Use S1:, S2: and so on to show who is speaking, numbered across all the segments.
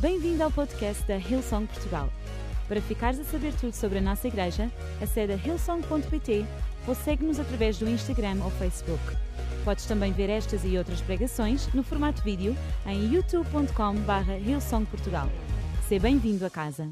S1: Bem-vindo ao podcast da Hillsong Portugal. Para ficares a saber tudo sobre a nossa igreja, acede a hillsong.pt ou segue-nos através do Instagram ou Facebook. Podes também ver estas e outras pregações no formato vídeo em youtube.com.br hillsongportugal. Seja bem-vindo a casa.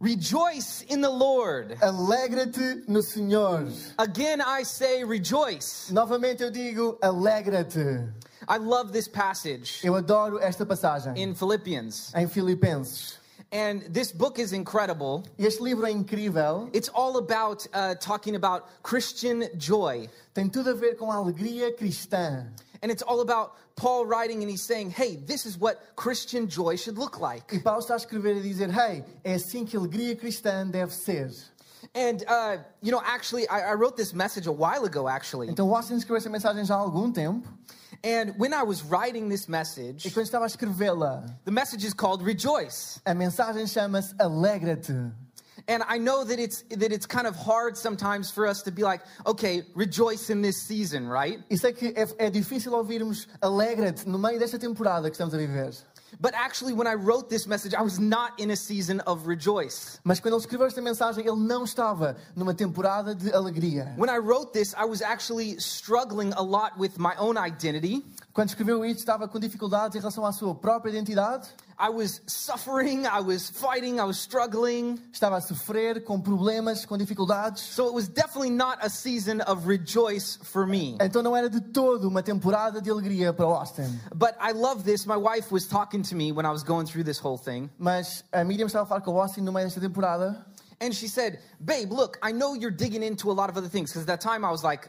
S2: Rejoice in the Lord.
S3: Alegra-te no Senhor.
S2: Again, I say rejoice.
S3: Novamente eu digo, alegra-te.
S2: I love this passage
S3: Eu adoro esta passagem
S2: in Philippians.
S3: em Filipenses.
S2: And this book is incredible.
S3: Este livro é incrível,
S2: It's all about uh, talking about Christian joy.
S3: tem tudo a ver com a alegria cristã.
S2: And it's all about Paul writing and he's saying, hey, this is what Christian joy should look like.
S3: E Paulo está a escrever e dizer: Hey, é assim que a alegria cristã deve ser.
S2: And, uh, you know, actually, I, I wrote this message a while ago, actually.
S3: Então, Watson escreveu esta mensagem já há algum tempo,
S2: And when I was writing this
S3: e
S2: message,
S3: quando estava a escrevê-la,
S2: the message is called Rejoice.
S3: a mensagem chama-se Alegra-te.
S2: And I know that it's that it's kind of hard sometimes for us to be like, okay, rejoice in this season, right?
S3: E sei que é, é difícil ouvirmos Alegra-te no meio desta temporada que estamos a viver.
S2: But actually when I wrote this message, I was not in a season of rejoice.
S3: Mas quando ele escreveu esta mensagem, ele não estava numa temporada de alegria.
S2: When I wrote this, I was actually struggling a lot with my own identity.
S3: Quando escreveu isto, estava com dificuldades em relação à sua própria identidade,
S2: I was suffering, I was fighting, I was struggling.
S3: estava a sofrer com problemas, com dificuldades.
S2: So it was definitely not a season of rejoice for me.
S3: Então não era de todo uma temporada de alegria para Austin.
S2: But I love this. My wife was talking to me when I was going through this whole thing,
S3: Mas a Miriam estava a falar com o Austin no meio desta temporada
S2: and she said, "Babe, look, I know you're digging into a lot of other things because that time I was like,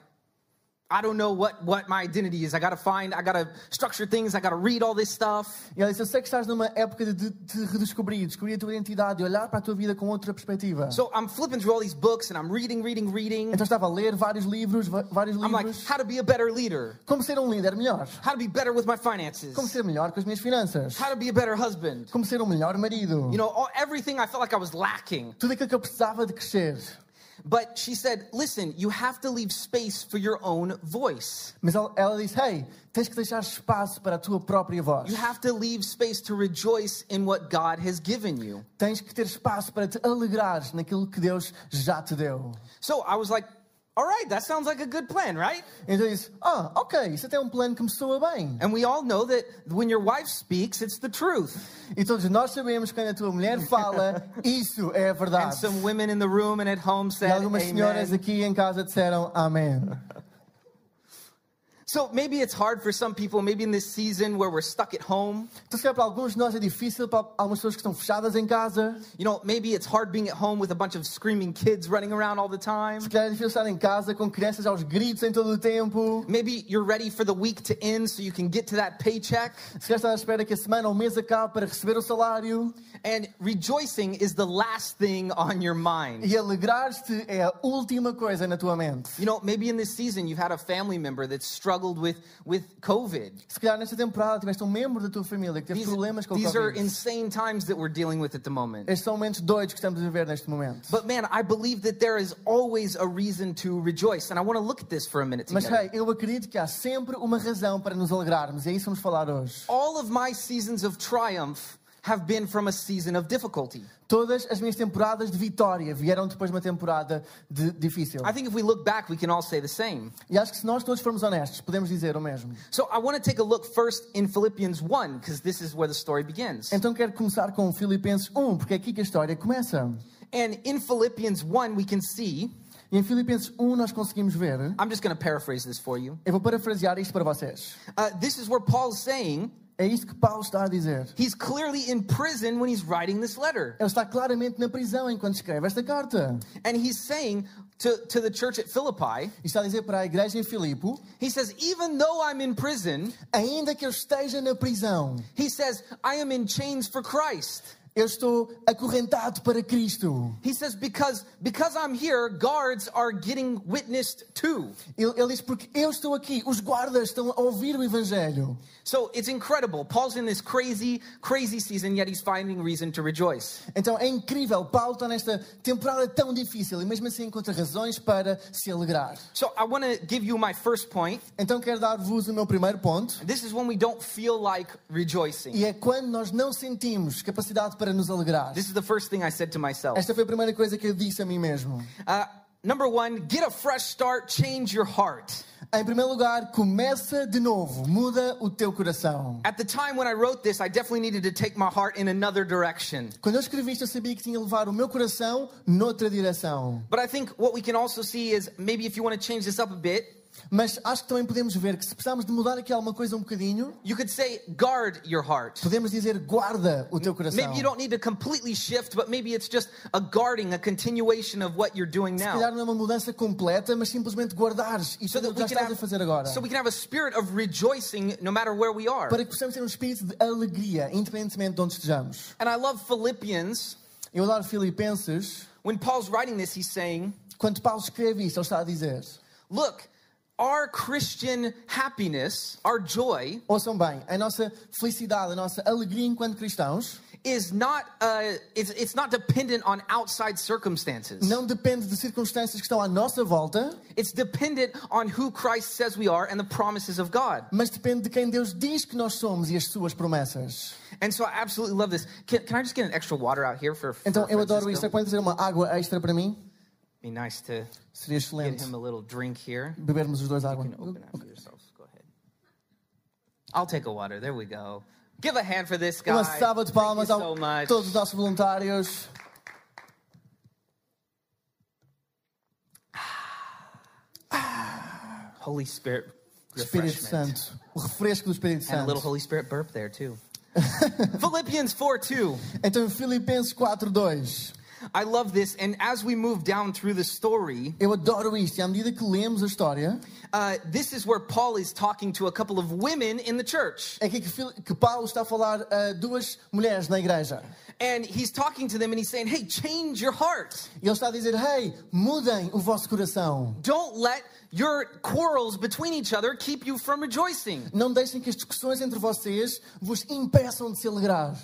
S2: I don't know what what my identity is. I got to find, I got to structure things, I got to read all this stuff."
S3: e ela disse: Eu sei que estás numa época de- de te redescobrir, descobrir a tua identidade e olhar para a tua vida com outra perspectiva.
S2: So I'm flipping through all these books and I'm reading, reading, reading.
S3: Então estava a ler vários livros, va- vários
S2: I'm like,
S3: livros.
S2: how to be a better leader,
S3: Como ser um líder melhor.
S2: how to be better with my
S3: Como
S2: finances,
S3: ser melhor com as minhas finanças.
S2: how to be a better husband.
S3: Como ser um melhor marido.
S2: You know, all, everything I felt like I was lacking.
S3: Tudo aquilo que eu precisava de crescer.
S2: But she said, listen, you have to leave space for your own voice.
S3: Mas ela, ela disse: Hey, tens que deixar espaço para a tua própria voz.
S2: You have to leave space to rejoice in what God has given you.
S3: Tens que ter espaço para te alegrares naquilo que Deus já te deu.
S2: So I was like, all right, that sounds like a good plan, right?
S3: Então eu disse: Ah, ok, isso até é um plano que me soa bem.
S2: And we all know that when your wife speaks, it's the truth.
S3: E todos nós sabemos que quando a tua mulher fala, isso é a
S2: And
S3: verdade.
S2: some women in the room and at home
S3: E
S2: said,
S3: algumas senhoras
S2: Amen.
S3: aqui em casa disseram amém.
S2: So maybe it's hard for some people, maybe in this season where we're stuck at home.
S3: Então, se calhar para alguns de nós é difícil, para algumas pessoas que estão fechadas em casa,
S2: You know, maybe it's hard being at home with a bunch of screaming kids running around all the time.
S3: se calhar é difícil estar em casa com crianças aos gritos em todo o tempo.
S2: Maybe you're ready for the week to end so you can get to that paycheck.
S3: Se calhar estás à espera que a semana ou o mês acabe para receber o salário.
S2: And rejoicing is the last thing on your mind.
S3: E alegrar-te é a última coisa na tua mente.
S2: You know, maybe in this season you've had a family member that's struggled with with COVID.
S3: Se calhar nesta temporada tiveste um membro da tua família que teve
S2: These,
S3: problemas com o
S2: these are
S3: Covid.
S2: insane times that we're dealing with at the moment.
S3: Estes são momentos doidos que estamos a viver neste momento.
S2: But man, I believe that there is always a reason to rejoice. And I want to look at this for a minute
S3: Mas,
S2: together.
S3: hey, eu acredito que há sempre uma razão para nos alegrarmos. E é isso que vamos falar hoje.
S2: All of my seasons of triumph have been from a season of difficulty.
S3: Todas as minhas temporadas de vitória vieram depois de uma temporada de difícil.
S2: I think if we look back, we can all say the same.
S3: E acho que se nós todos formos honestos, podemos dizer o mesmo.
S2: So I want to take a look first in Philippians 1, because this is where the story begins.
S3: Então quero começar com Filipenses 1, porque é aqui que a história começa.
S2: And in Philippians 1, we can see,
S3: E em Filipenses 1 nós conseguimos ver.
S2: I'm just going to paraphrase this for you.
S3: Eu vou parafrasear isto para vocês.
S2: Uh, this is where Paul's saying
S3: É isto que Paulo está a dizer.
S2: he's clearly in prison when he's writing this letter.
S3: Ele está claramente na prisão enquanto escreve esta carta.
S2: And he's saying to, to the church at Philippi,
S3: E está a dizer para a igreja em Filipo,
S2: he says, even though I'm in prison,
S3: ainda que eu esteja na prisão,
S2: he says, I am in chains for Christ.
S3: Eu estou acorrentado para Cristo.
S2: He says, because, because I'm here, guards are getting witnessed to.
S3: Ele, ele diz, porque eu estou aqui, os guardas estão a ouvir o Evangelho.
S2: So it's incredible. Paul's in this crazy, crazy season, yet he's finding reason to rejoice.
S3: Então é incrível, Paulo está nesta temporada tão difícil e mesmo assim encontra razões para se alegrar.
S2: So I want to give you my first point.
S3: Então quero dar-vos o meu primeiro ponto,
S2: This is when we don't feel like rejoicing.
S3: e é quando nós não sentimos capacidade para nos alegrar.
S2: This is the first thing I said to myself.
S3: Esta foi a primeira coisa que eu disse a mim mesmo.
S2: Uh, number one, get a fresh start, change your heart.
S3: Em primeiro lugar, começa de novo, muda o teu coração.
S2: At the time when I wrote this, I definitely needed to take my heart in another direction.
S3: Quando eu escrevi isto, eu sabia que tinha de levar o meu coração noutra direção.
S2: But I think what we can also see is maybe if you want to change this up a bit,
S3: Mas acho que também podemos ver que se precisarmos de mudar aqui alguma coisa um bocadinho,
S2: you could say guard your heart.
S3: podemos dizer guarda o teu coração.
S2: Maybe you don't need to completely shift, but maybe it's just a guarding, a continuation of what you're doing
S3: Se
S2: now.
S3: calhar não é uma mudança completa, mas simplesmente guardares isto
S2: So
S3: é
S2: that
S3: o que
S2: we
S3: já
S2: can
S3: estás a fazer agora.
S2: have, so we can have a spirit of rejoicing no matter where we are.
S3: Para que possamos ter um espírito de alegria, independentemente de onde estejamos.
S2: And I love Philippians.
S3: Eu adoro Filipenses,
S2: When Paul's writing this, he's saying,
S3: quando Paulo escreve isto, ele está a dizer:
S2: Look, our Christian happiness, our joy,
S3: Ouçam bem, a nossa felicidade, a nossa alegria enquanto cristãos
S2: is not uh, it's, it's not dependent on outside circumstances.
S3: não depende de circunstâncias que estão à nossa volta,
S2: It's dependent on who Christ says we are and the promises of God.
S3: mas depende de quem Deus diz que nós somos e as suas promessas.
S2: And so I absolutely love this. Can, can I just get an extra water out here for? for
S3: Então eu adoro isto.
S2: Francisco?
S3: É quando trazer uma água extra para mim,
S2: Be nice to
S3: seria
S2: get
S3: excelente
S2: him a little drink here.
S3: bebermos os dois água.
S2: You can open up for yourself. Go ahead. I'll take a water. There we go. Give a hand for this guy.
S3: Uma salva de palmas
S2: Thank you so
S3: a
S2: much.
S3: todos os nossos voluntários.
S2: Holy Spirit
S3: Espírito
S2: refreshment.
S3: Santo. O refresco do Espírito
S2: And a little
S3: Santo.
S2: Holy Spirit burp there too. Philippians 4 2.
S3: Então, em Filipenses 4.2.
S2: I love this. And as we move down through the story,
S3: Eu adoro isto. E à medida que lemos a história,
S2: uh, this is where Paul is talking to a couple of women in the church.
S3: é aqui que, Fil- que Paulo está a falar a duas mulheres na igreja.
S2: And he's talking to them and he's saying, Hey, change your heart.
S3: E ele está a dizer, hey, mudem o vosso coração.
S2: Don't let your quarrels between each other keep you from rejoicing.
S3: Não deixem que as discussões entre vocês vos impeçam de se alegrar.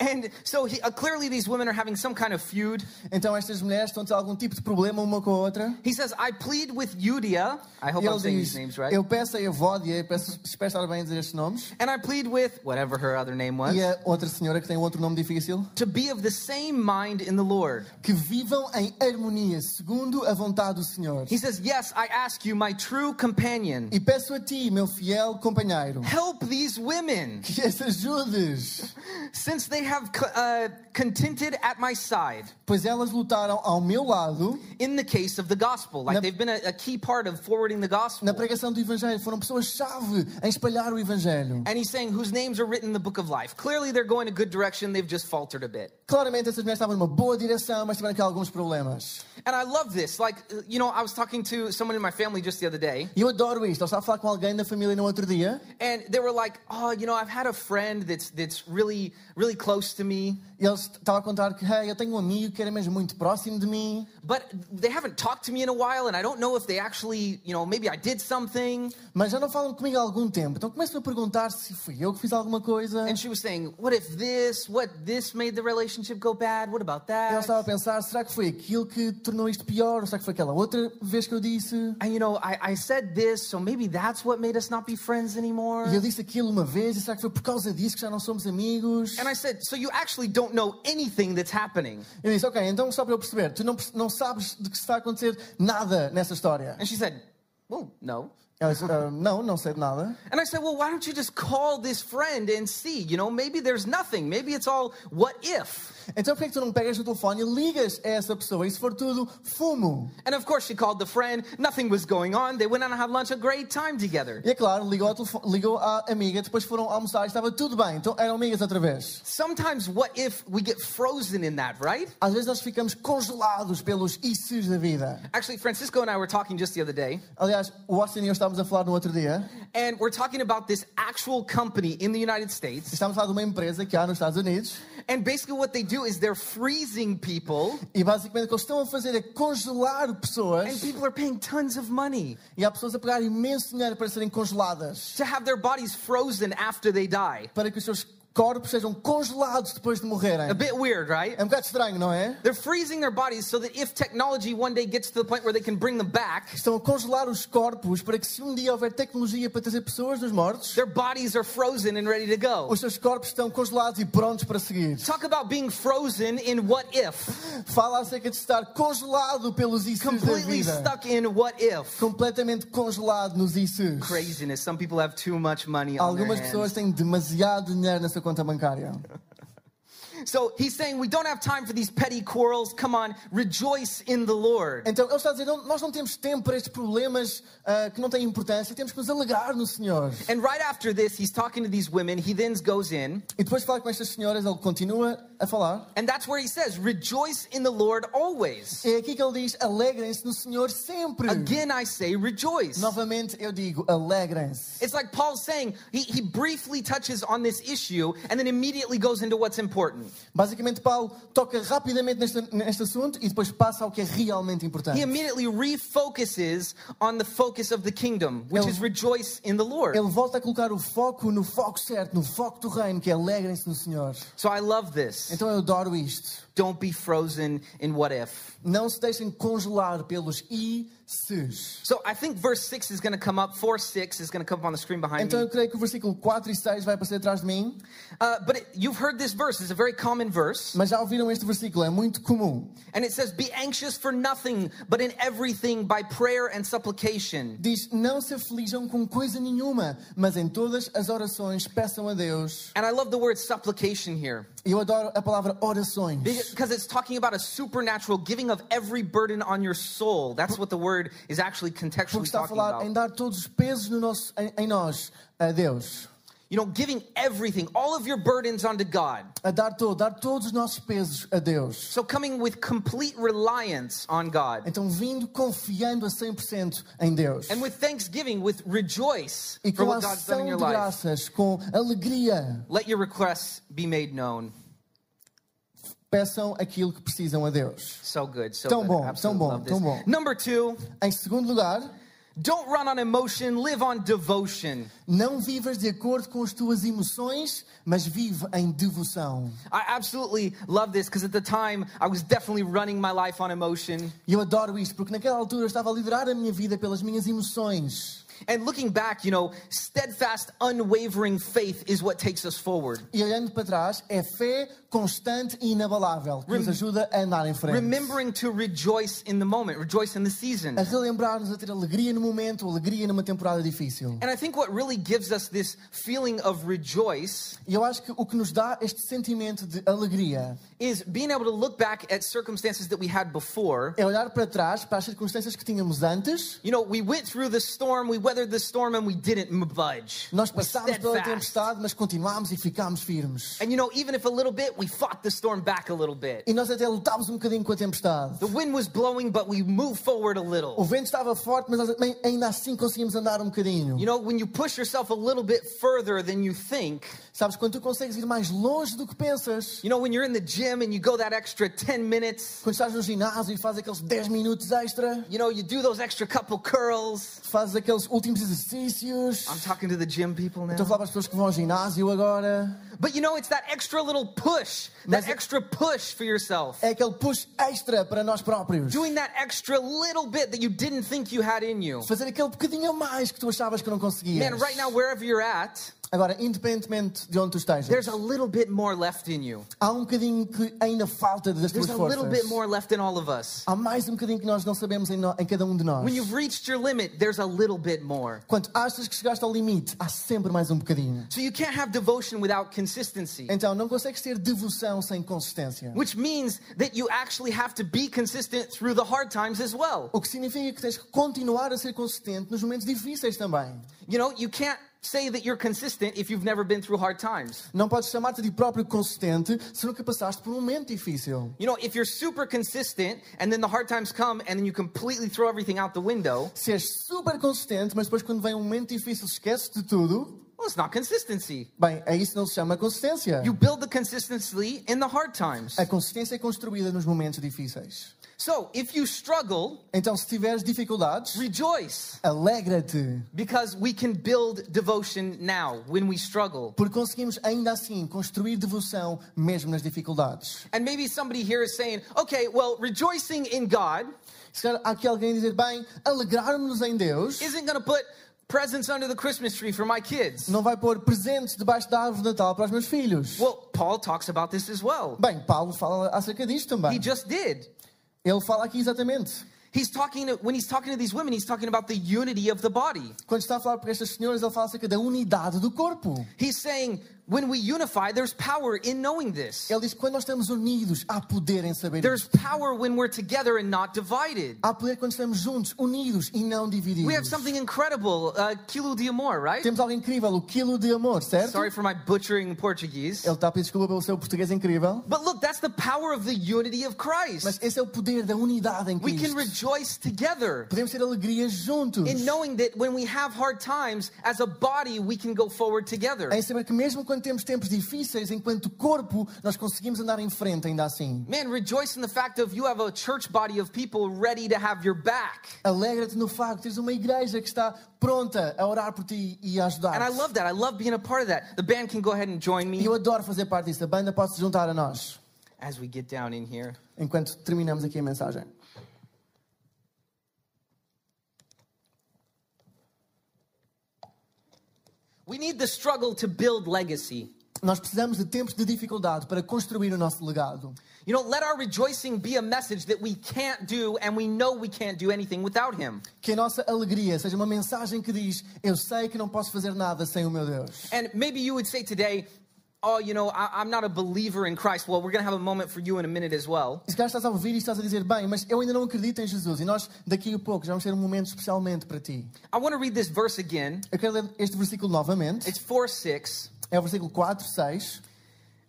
S2: And so he, uh, clearly, these women are having some kind of feud.
S3: Então estas mulheres estão a ter algum tipo de problema uma com a outra.
S2: He says, I plead with Eudia. I hope
S3: E
S2: I'm
S3: ele
S2: saying
S3: diz,
S2: these names right.
S3: eu peço a Evódia, eu peço, espero estar bem a dizer estes nomes.
S2: And I plead with whatever her other name was
S3: E a outra senhora que tem outro nome difícil.
S2: to be of the same mind in the Lord.
S3: que vivam em harmonia, segundo a vontade do Senhor.
S2: He says, Yes, I ask you, my true companion,
S3: E peço a ti, meu fiel companheiro,
S2: help these women,
S3: que as ajudes,
S2: since they have co- uh, contented at my side.
S3: pois elas lutaram ao meu lado
S2: in the case of the gospel. Like
S3: Na-
S2: they've been a, a key part of forwarding the gospel.
S3: na pregação do Evangelho. Foram pessoas-chave em espalhar o Evangelho.
S2: and he's saying whose names are written in the book of life. Clearly they're going a good direction, they've just faltered a bit.
S3: Claramente, essas mulheres estavam numa boa direção, mas tiveram aqui alguns problemas.
S2: And I love this. Like, uh, you know, I was talking to someone in my family just the other day,
S3: E eu adoro isto. Eu estava a falar com alguém da família no outro dia
S2: and they were like, Oh, you know, I've had a friend that's that's really, really close to me,
S3: e ele estava a contar que, hey, eu tenho um amigo que era mesmo muito próximo de mim,
S2: but they haven't talked to me in a while, and I don't know if they actually, you know, maybe I did something.
S3: mas já não falam comigo há algum tempo. Então começam a perguntar se fui eu que fiz alguma coisa.
S2: And she was saying, What if this? What this made the relationship go bad? What about
S3: Eu
S2: that?
S3: estava a pensar, será que foi aquilo que tornou isto pior? Ou será que foi aquela outra vez que eu disse?
S2: And you know, I, I said this, so maybe that's what made us not be friends anymore.
S3: E eu disse aquilo uma vez, e será que foi por causa disso que já não somos amigos?
S2: And I said, so you actually don't know anything that's happening.
S3: Eu disse, ok, então só para eu perceber, tu não, perce- não sabes de que está a acontecer nada nessa história.
S2: And she said, well, no.
S3: Ela disse, "Ah, não, não sei de nada.
S2: And I said, well, why don't you just call this friend and see? You know, maybe there's nothing. Maybe it's all what if.
S3: Então porquê é que tu não pegas o telefone e ligas a essa pessoa? E se for tudo, fumo.
S2: And of course, she called the friend. Nothing was going on. They went out and had lunch, a great time together.
S3: E é claro, ligou, ao telefone, ligou à amiga, depois foram almoçar e estava tudo bem. Então eram amigas outra vez.
S2: Sometimes, what if we get frozen in that, right?
S3: Às vezes nós ficamos congelados pelos issues da vida.
S2: Actually, Francisco and I were talking just the other day,
S3: Aliás, o Austin e eu estávamos a falar no outro dia,
S2: And we're talking about this actual company in the United States.
S3: estávamos a falar de uma empresa que há nos Estados Unidos
S2: And basically, what they do is they're freezing people,
S3: e basicamente o que eles estão a fazer é congelar
S2: and
S3: pessoas
S2: people are paying tons of money
S3: e há pessoas a pagar imenso dinheiro para serem congeladas
S2: to have their bodies frozen after they die.
S3: para que os seus corpos sejam congelados depois de morrerem.
S2: A bit weird, right?
S3: É um bocado estranho, não é?
S2: They're freezing their bodies so that if technology one day gets to the point where they can bring them back,
S3: Estão a congelar os corpos para que se um dia houver tecnologia para trazer pessoas dos mortos,
S2: their bodies are frozen and ready to go.
S3: os seus corpos estão congelados e prontos para seguir.
S2: Talk about being frozen in what if.
S3: Fala acerca de estar congelado pelos e se's da
S2: Completely
S3: vida.
S2: stuck in what if.
S3: Completamente congelado nos e se's.
S2: Craziness. Some people have too much money on their
S3: Algumas pessoas
S2: hands.
S3: têm demasiado dinheiro na sua conta bancária.
S2: So he's saying we don't have time for these petty quarrels. Come on, rejoice in the Lord.
S3: Então, ele está a dizer, não, nós não temos tempo para estes problemas ah, que não têm importância, temos que nos alegrar no Senhor.
S2: And right after this, he's talking to these women. He then goes in,
S3: E depois de falar com estas senhoras, ele continua a falar.
S2: and that's where he says, Rejoice in the Lord always.
S3: É aqui que ele diz, alegrem-se no Senhor sempre.
S2: Again, I say, rejoice.
S3: Novamente eu digo, alegrem-se.
S2: It's like Paul's saying, he, he briefly touches on this issue and then immediately goes into what's important.
S3: Basicamente, Paulo toca rapidamente neste, neste assunto e depois passa ao que é realmente
S2: He
S3: importante.
S2: immediately refocuses on the focus of the kingdom, which
S3: El-
S2: is rejoice in the Lord.
S3: Ele volta a colocar o foco no foco certo, no foco do reino, que é alegrem-se no Senhor.
S2: So I love this.
S3: Então eu adoro isto.
S2: Don't be frozen in what if.
S3: Não se deixem congelar pelos e se's.
S2: So I think verse 6 is going to come up. 4 6 is going to come up on the screen behind
S3: Então
S2: me.
S3: eu creio que o versículo 4 e 6 vai aparecer atrás de mim,
S2: Uh, but it, you've heard this verse. It's a very common verse.
S3: mas já ouviram este versículo, é muito comum.
S2: And it says, Be anxious for nothing, but in everything by prayer and supplication.
S3: Diz: Não se aflijam com coisa nenhuma, mas em todas as orações peçam a Deus.
S2: And I love the word supplication here.
S3: Eu adoro a palavra orações.
S2: Because it's talking about a supernatural giving of every burden on your soul. That's what the word is actually
S3: Porque
S2: contextually
S3: está a
S2: um talking
S3: falar em
S2: about.
S3: dar todos os pesos no nosso, em, em nós a Deus.
S2: You know, giving everything, all of your burdens onto God.
S3: A dar todo, dar todos os nossos pesos a Deus.
S2: So coming with complete reliance on God.
S3: Então vindo confiando a 100% em Deus.
S2: And with thanksgiving, with rejoice
S3: E
S2: É for
S3: com
S2: what God's done in
S3: ação
S2: your
S3: de
S2: life.
S3: graças, com alegria,
S2: Let your requests be made known.
S3: peçam aquilo que precisam a Deus.
S2: So good. So
S3: Tão
S2: good.
S3: bom,
S2: I
S3: tão
S2: absolutely
S3: bom,
S2: love this.
S3: tão bom.
S2: Number two,
S3: Em segundo lugar,
S2: don't run on emotion, live on devotion.
S3: não vivas de acordo com as tuas emoções, mas vive em devoção.
S2: I absolutely love this because at the time I was definitely running my life on emotion.
S3: E eu adoro isto, porque naquela altura eu estava a liderar a minha vida pelas minhas emoções.
S2: And looking back, you know, steadfast, unwavering faith is what takes us forward.
S3: E olhando para trás, é fé constante e inabalável que nos ajuda a andar em frente.
S2: Remembering to rejoice in the moment, rejoice in the season.
S3: a relembrar-nos a ter alegria no momento, alegria numa temporada difícil.
S2: And I think what really gives us this feeling of rejoice
S3: E eu acho que o que nos dá este sentimento de alegria
S2: is being able to look back at circumstances that we had before.
S3: é olhar para trás, para as circunstâncias que tínhamos antes.
S2: You know, we went through the storm, we weathered the storm, and we didn't m- budge.
S3: Nós
S2: We
S3: passámos pela
S2: steadfast.
S3: tempestade, mas continuámos e ficámos firmes.
S2: And you know, even if a little bit, we fought the storm back a little bit.
S3: E nós até lutámos um bocadinho com a tempestade.
S2: The wind was blowing, but we moved forward a
S3: O
S2: little.
S3: vento estava forte, mas nós também- ainda assim conseguimos andar um bocadinho.
S2: You know, when you push yourself a little bit further than you think,
S3: Sabes, quando tu consegues ir mais longe do que pensas,
S2: you know, when you're in the gym and you go that extra 10 minutes,
S3: quando estás no ginásio e fazes aqueles 10 minutos extra,
S2: you know, you do those extra couple curls.
S3: fazes aqueles últimos exercícios.
S2: I'm talking to the gym people
S3: Estou a
S2: now.
S3: falar para as pessoas que vão ao ginásio agora.
S2: But you know, it's that extra little push,
S3: Mas-
S2: that extra push for yourself.
S3: É aquele push extra para nós próprios.
S2: Doing that extra little bit that you didn't think you had in you.
S3: Fazer aquele bocadinho a mais que tu achavas que não conseguias.
S2: Man, right now, wherever you're at,
S3: Agora, independentemente de onde tu
S2: there's
S3: estejas,
S2: a little bit more left in you.
S3: há um bocadinho que ainda falta das tuas
S2: There's a little
S3: forças.
S2: bit more left in all of us.
S3: Há mais um bocadinho que nós não sabemos em, no- em cada um de nós.
S2: When you've reached your limit, there's a little bit more.
S3: Quando achas que chegaste ao limite, há sempre mais um bocadinho.
S2: So you can't have devotion without consistency,
S3: Então, não consegues ter devoção sem consistência.
S2: which means that you actually have to be consistent through the hard times as well.
S3: O que significa que tens que continuar a ser consistente nos momentos difíceis também.
S2: You know, you can't say that you're consistent if you've never been through hard times.
S3: Não podes chamar-te de próprio consistente se nunca passaste por um momento difícil.
S2: You know, if you're super consistent and then the hard times come and then you completely throw everything out the window,
S3: Se és super consistente, mas depois quando vem um momento difícil esqueces de tudo,
S2: well, it's not consistency.
S3: bem, a isso não se chama consistência.
S2: You build the consistency in the hard times.
S3: A consistência é construída nos momentos difíceis.
S2: So if you struggle,
S3: Então, se tiveres dificuldades,
S2: rejoice
S3: alegra-te,
S2: because we can build devotion now when we struggle.
S3: porque conseguimos ainda assim construir devoção mesmo nas dificuldades.
S2: And maybe somebody here is saying, okay, well, rejoicing in God
S3: Se calhar há aqui alguém a dizer, bem, alegrarmos-nos em Deus
S2: isn't going to put presents under the Christmas tree for my kids.
S3: não vai pôr presentes debaixo da árvore de Natal para os meus filhos.
S2: Well, Paul talks about this as well.
S3: Bem, Paulo fala acerca disto
S2: He
S3: também.
S2: just did.
S3: Ele fala aqui exatamente.
S2: He's talking to, when he's talking to these women, he's talking about the unity of the body.
S3: Quando está a falar para estas senhoras, ele fala acerca da unidade do corpo.
S2: He's saying, when we unify, there's power in knowing this.
S3: Ele diz que quando nós estamos unidos, há poder em saber
S2: There's
S3: isto.
S2: power when we're together and not divided.
S3: Há poder quando estamos juntos, unidos e não divididos.
S2: We have something incredible, uh, Quilo de Amor, right?
S3: Temos algo incrível, o quilo de amor, certo?
S2: Sorry for my butchering Portuguese.
S3: Ele está a pedir desculpa pelo seu português incrível.
S2: But look, that's the power of the unity of
S3: Mas
S2: Christ.
S3: esse é o poder da unidade em
S2: We can
S3: Cristo.
S2: rejoice together
S3: Podemos ter alegria juntos.
S2: in knowing that when we have hard times, as a body, we can go forward together.
S3: Em saber que mesmo quando temos tempos difíceis, enquanto corpo, nós conseguimos andar em frente ainda assim.
S2: Man, rejoice in the fact of you have a church body of people ready to have your back.
S3: Alegra-te no facto de teres uma igreja que está pronta a orar por ti e
S2: And I
S3: a ajudar-te.
S2: love that. I love being a part of that. The band can go ahead and join
S3: E
S2: me
S3: eu adoro fazer parte disso. A banda pode se juntar a nós.
S2: as we get down in here.
S3: Enquanto terminamos aqui a mensagem.
S2: We need the struggle to build legacy.
S3: Nós precisamos de tempos de dificuldade para construir o nosso legado.
S2: You know, let our rejoicing be a message that we can't do and we know we can't do anything without Him.
S3: Que a nossa alegria seja uma mensagem que diz: Eu sei que não posso fazer nada sem o meu Deus.
S2: And maybe you would say today, oh, you know, I, I'm not a believer in Christ. Well, we're going to have a moment for you in a minute as well.
S3: E se calhar estás a ouvir e estás a dizer: Bem, mas eu ainda não acredito em Jesus. E nós, daqui a pouco, já vamos ter um momento especialmente para ti.
S2: I want to read this verse again.
S3: Eu quero ler este versículo novamente.
S2: It's 4 6.
S3: É o versículo 4, 6.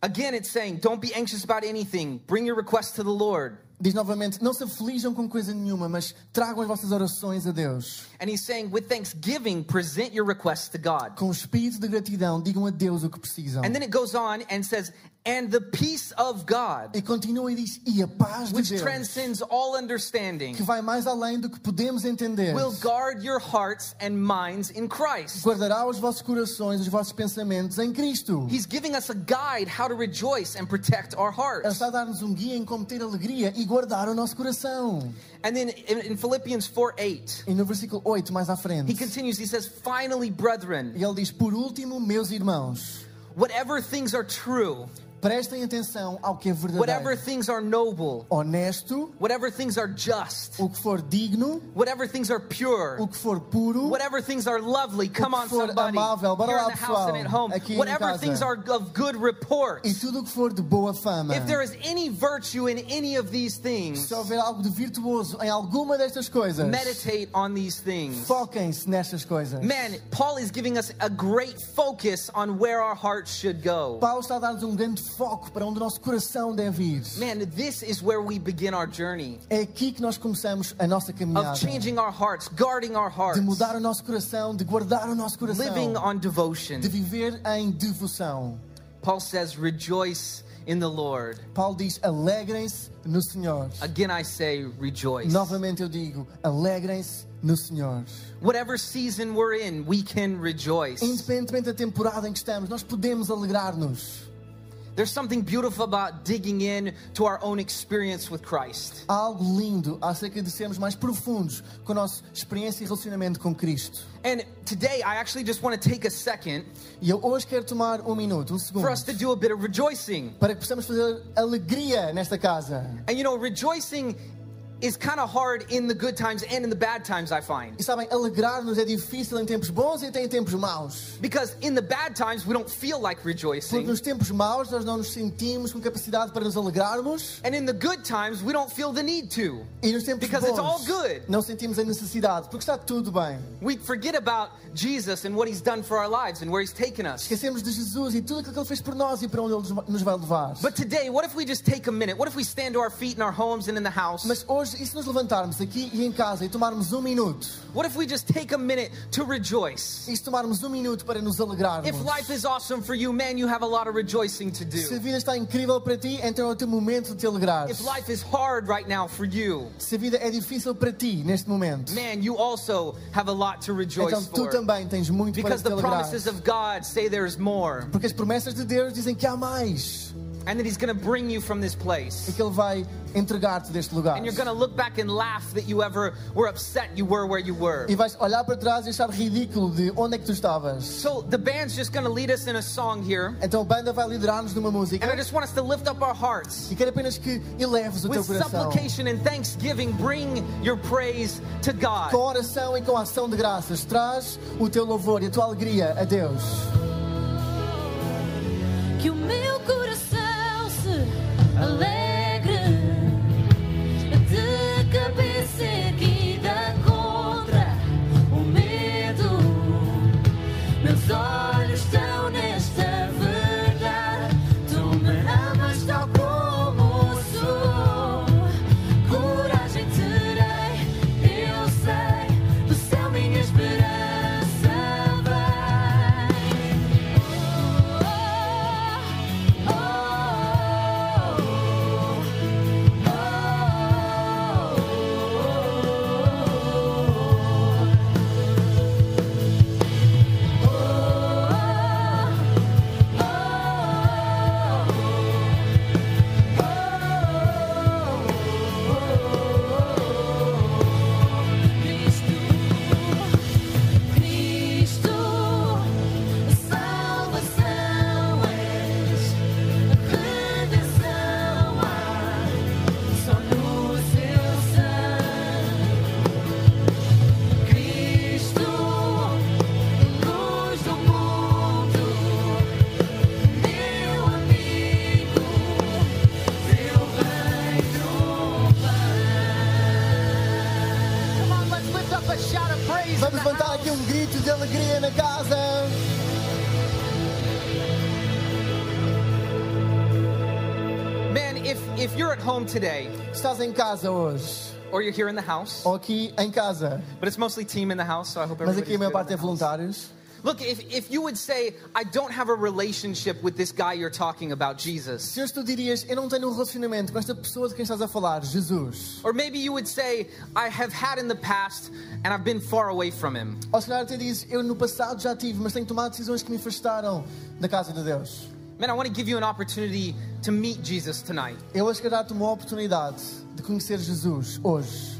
S2: Again, it's saying, don't be anxious about anything. Bring your requests to the Lord.
S3: Diz novamente: Não se aflijam com coisa nenhuma, mas tragam as vossas orações a Deus.
S2: And he's saying, with thanksgiving, present your requests to God.
S3: Com um espírito de gratidão, digam a Deus o que precisam.
S2: And then it goes on and says, and the peace of God,
S3: E continua e diz: E a paz de
S2: which
S3: Deus,
S2: transcends all understanding,
S3: que vai mais além do que podemos entender,
S2: will guard your hearts and minds in Christ.
S3: guardará os vossos corações, os vossos pensamentos em Cristo.
S2: He's giving us a guide how to rejoice and protect our
S3: Ele
S2: hearts.
S3: está a dar-nos um guia em como ter alegria e guardar o nosso coração.
S2: And then in, in Philippians 4 8,
S3: E no versículo 8, mais à frente,
S2: he continues, he says, finally, brethren,
S3: e ele diz: Por último, meus irmãos,
S2: whatever things are true,
S3: prestem atenção ao que é
S2: whatever
S3: verdadeiro,
S2: things are noble,
S3: honesto,
S2: whatever things are just,
S3: o que for digno,
S2: whatever things are pure,
S3: o que for puro,
S2: Whatever things are lovely, come on,
S3: for
S2: somebody.
S3: amável, bora
S2: Here in
S3: lá,
S2: the house and
S3: pessoal,
S2: at home.
S3: aqui em
S2: Whatever
S3: casa.
S2: things are of good report.
S3: e tudo o que for de boa fama.
S2: If there is any virtue in any of these things,
S3: Se houver algo de virtuoso em alguma destas coisas,
S2: meditate on these things.
S3: foquem-se nestas coisas.
S2: Man, Paul is giving us a great focus on where our hearts should go.
S3: Paulo está a dar-nos um grande foco para onde o nosso coração deve ir.
S2: Man, this is where we begin our journey
S3: É aqui que nós começamos a nossa caminhada.
S2: of changing our hearts, guarding our hearts,
S3: De mudar o nosso coração, de guardar o nosso coração.
S2: living on devotion.
S3: De viver em devoção.
S2: Paul says, Rejoice in the Lord.
S3: Paulo diz, alegrem-se no Senhor.
S2: Again, I say, rejoice.
S3: Novamente eu digo, alegrem-se no Senhor.
S2: Whatever season we're in, we can rejoice.
S3: Independentemente da temporada em que estamos, nós podemos alegrar-nos.
S2: There's something beautiful about digging in to our own experience with Christ.
S3: Há algo lindo acerca de sermos mais profundos com a nossa experiência e relacionamento com Cristo.
S2: And today, I actually just want to take a second
S3: E eu hoje quero tomar um minuto, um segundo,
S2: for us to do a bit of rejoicing.
S3: para que possamos fazer alegria nesta casa.
S2: And you know, rejoicing is kind of hard in the good times and in the bad times, I find.
S3: E sabem, alegrar-nos é difícil em tempos bons e até em tempos maus.
S2: Because in the bad times, we don't feel like
S3: Porque
S2: rejoicing.
S3: nos tempos maus nós não nos sentimos com capacidade para nos alegrarmos.
S2: And in the good times, we don't feel the need to.
S3: E nos tempos
S2: Because it's all
S3: bons
S2: good.
S3: não sentimos a necessidade, porque está tudo bem.
S2: We forget about Jesus and what he's done for our lives and where he's taken us.
S3: Esquecemos de Jesus e tudo aquilo que Ele fez por nós e para onde Ele nos- nos vai levar.
S2: But today, what if we just take a minute? What if we stand to our feet in our homes and in the house?
S3: Mas hoje, e se nos levantarmos aqui e em casa e tomarmos um minuto,
S2: What if we just take a minute to rejoice?
S3: e se tomarmos um minuto para nos alegrarmos?
S2: If life is awesome for you, man, you have a lot of rejoicing to
S3: Se a
S2: do.
S3: vida está incrível para ti, então é o teu momento de te alegrar.
S2: If life is hard right now for you,
S3: Se a vida é difícil para ti neste momento,
S2: man, you also have a lot to
S3: então
S2: rejoice
S3: tu
S2: for.
S3: também tens muito para
S2: Because
S3: te
S2: the
S3: alegrar.
S2: promises of God say there's more,
S3: Porque as promessas de Deus dizem que há mais
S2: and that He's going to bring you from this
S3: e
S2: place.
S3: que Ele vai entregar-te deste lugar.
S2: And you're going to look back and laugh that you ever were upset you were where you were.
S3: E vais olhar para trás e achar ridículo de onde é que tu estavas.
S2: So the band's just going to lead us in a song here,
S3: Então a banda vai liderar-nos numa
S2: and I
S3: música
S2: just want us to lift up our hearts
S3: e quero apenas que eleves o teu
S2: with
S3: coração.
S2: supplication and thanksgiving. Bring your praise to God.
S3: Com oração e com ação de graças, traz o teu louvor e a tua alegria a Deus.
S4: Que o meu coração se alegre De cabeça erguida contra o medo Meus olhos estão nesta verdade Tu me amas tal como sou Coragem terei, eu sei Do céu minha esperança vai Cristo Cristo, a salvação és, a redenção há, só no seu sangue. Cristo, luz do mundo, meu amigo, teu rei do
S2: Come on, let's lift up a shout of praise. in
S3: Vamos
S2: the
S3: levantar
S2: house.
S3: aqui um grito de alegria na casa.
S2: Man, if if you're at home today
S3: Estás em casa hoje,
S2: or you're here in the house,
S3: ou aqui em casa,
S2: but it's mostly team in the house, so I hope
S3: mas
S2: everybody's
S3: aqui a
S2: good in
S3: maior parte
S2: the
S3: é
S2: house.
S3: voluntários.
S2: Look, if, if you would say, I don't have a relationship with this guy you're talking about, Jesus.
S3: Se hoje tu dirias, eu não tenho um relacionamento com esta pessoa de quem estás a falar, Jesus.
S2: Or maybe you would say, I have had in the past and I've been far away from him.
S3: Ou se calhar até dizes, eu no passado já tive, mas tenho tomado decisões que me afastaram da casa de Deus.
S2: Man, I want to give you an opportunity to meet Jesus tonight.
S3: Eu hoje quero dar-te uma oportunidade de conhecer Jesus hoje.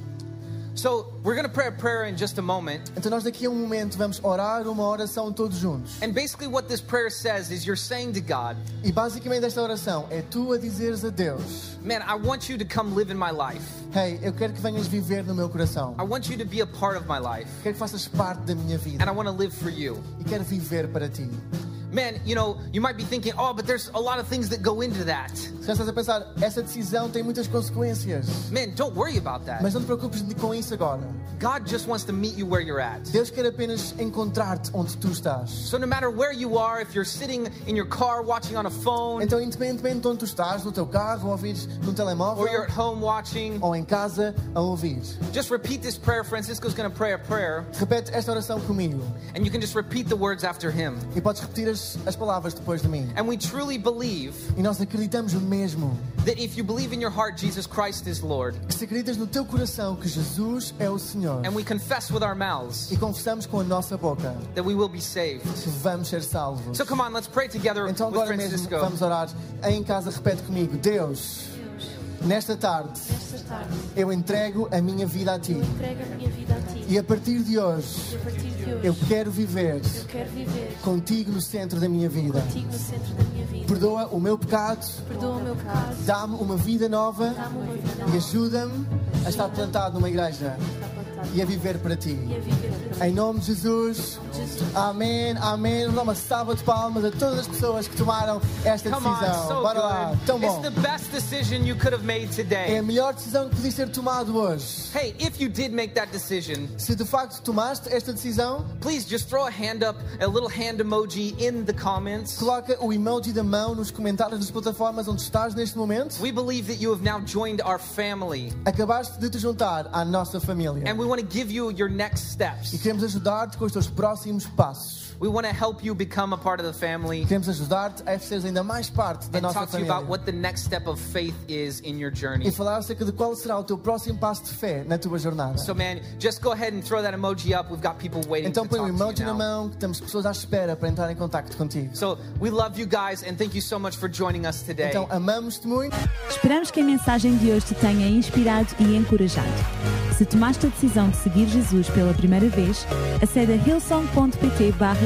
S2: So we're going to pray a prayer in just a moment.
S3: Então nós daqui a um momento vamos orar uma oração todos juntos.
S2: And basically, what this prayer says is you're saying to God,
S3: E basicamente esta oração é tu a dizeres a Deus,
S2: Man, I want you to come live in my life.
S3: Hey, eu quero que venhas viver no meu coração.
S2: I want you to be a part of my life.
S3: Quero que faças parte da minha vida.
S2: And I want to live for you.
S3: E quero viver para ti.
S2: Man, you know, you might be thinking, oh, but there's a lot of things that go into that.
S3: Se já estás a pensar, essa decisão tem muitas consequências.
S2: Man, don't worry about that.
S3: Mas não te preocupes de- com isso agora.
S2: God just wants to meet you where you're at.
S3: Deus quer apenas encontrar-te onde tu estás.
S2: So no matter where you are, if you're sitting in your car watching on a phone,
S3: Então, independentemente de onde tu estás, no teu carro, ou ouvir
S2: or
S3: no
S2: you're
S3: telemóvel,
S2: at home watching,
S3: ou em casa, a ouvir.
S2: just repeat this prayer. Francisco's going to pray a prayer,
S3: Repete esta oração comigo.
S2: and you can just repeat the words after him.
S3: E podes repetir as, as palavras depois de mim.
S2: And we truly believe
S3: E nós acreditamos mesmo
S2: that if you believe in your heart Jesus Christ is Lord,
S3: que se acreditas no teu coração que Jesus é o Senhor
S2: and we confess with our mouths
S3: e confessamos com a nossa boca
S2: that we will be saved.
S3: que vamos ser salvos.
S2: So come on, let's pray together with
S3: Então agora mesmo
S2: Francisco.
S3: vamos orar. Em casa repete comigo, Deus, nesta tarde,
S4: Deus,
S5: despertar-me.
S3: Eu entrego a minha vida a ti.
S5: Eu entrego a minha vida a ti.
S3: E a partir de hoje,
S5: E a partir de hoje,
S3: eu quero viver
S5: eu quero viver
S3: contigo no centro da minha vida.
S5: contigo no centro da minha vida.
S3: Perdoa o meu pecado,
S5: Perdoa o meu pecado.
S3: dá-me uma vida nova
S5: Dá-me uma vida
S3: e
S5: nova
S3: ajuda-me a estar plantado numa igreja e a viver para ti.
S5: e a viver para
S3: Em nome de Jesus, amém, amém. Dá uma salva de palmas a todas as pessoas que tomaram esta
S2: Come on,
S3: decisão. Bora lá,
S2: so
S3: tão
S2: good. It's
S3: bom.
S2: the best decision you could have made
S3: É a
S2: today.
S3: melhor decisão que podia ser tomada hoje.
S2: Hey, if you did make that decision,
S3: Se de facto tomaste esta decisão,
S2: please just throw a hand up, a little hand emoji in the comments.
S3: coloca o emoji da mão nos comentários das plataformas onde estás neste momento.
S2: We believe that you have now joined our family,
S3: Acabaste de te juntar à nossa família
S2: and we want to give you your next
S3: e
S2: steps.
S3: queremos ajudar-te com os teus próximos passos.
S2: We want to help you become a part of the family
S3: Queremos ajudar-te a seres ainda mais parte da
S2: and
S3: nossa
S2: talk to you about
S3: família
S2: what the next step of faith is in your
S3: e
S2: journey.
S3: falar acerca de qual será o teu próximo passo de fé na tua jornada.
S2: So, man, just go ahead and throw that emoji up. We've got people waiting
S3: Então
S2: to
S3: põe o
S2: talk to
S3: emoji
S2: you
S3: na
S2: now.
S3: mão, que temos pessoas à espera para entrar em contacto contigo.
S2: So, we love you guys, and thank you so much for joining us today.
S3: Então amamos-te muito.
S1: Esperamos que a mensagem de hoje te tenha inspirado e encorajado. Se tomaste a decisão de seguir Jesus pela primeira vez, acede a hillsong.pt barra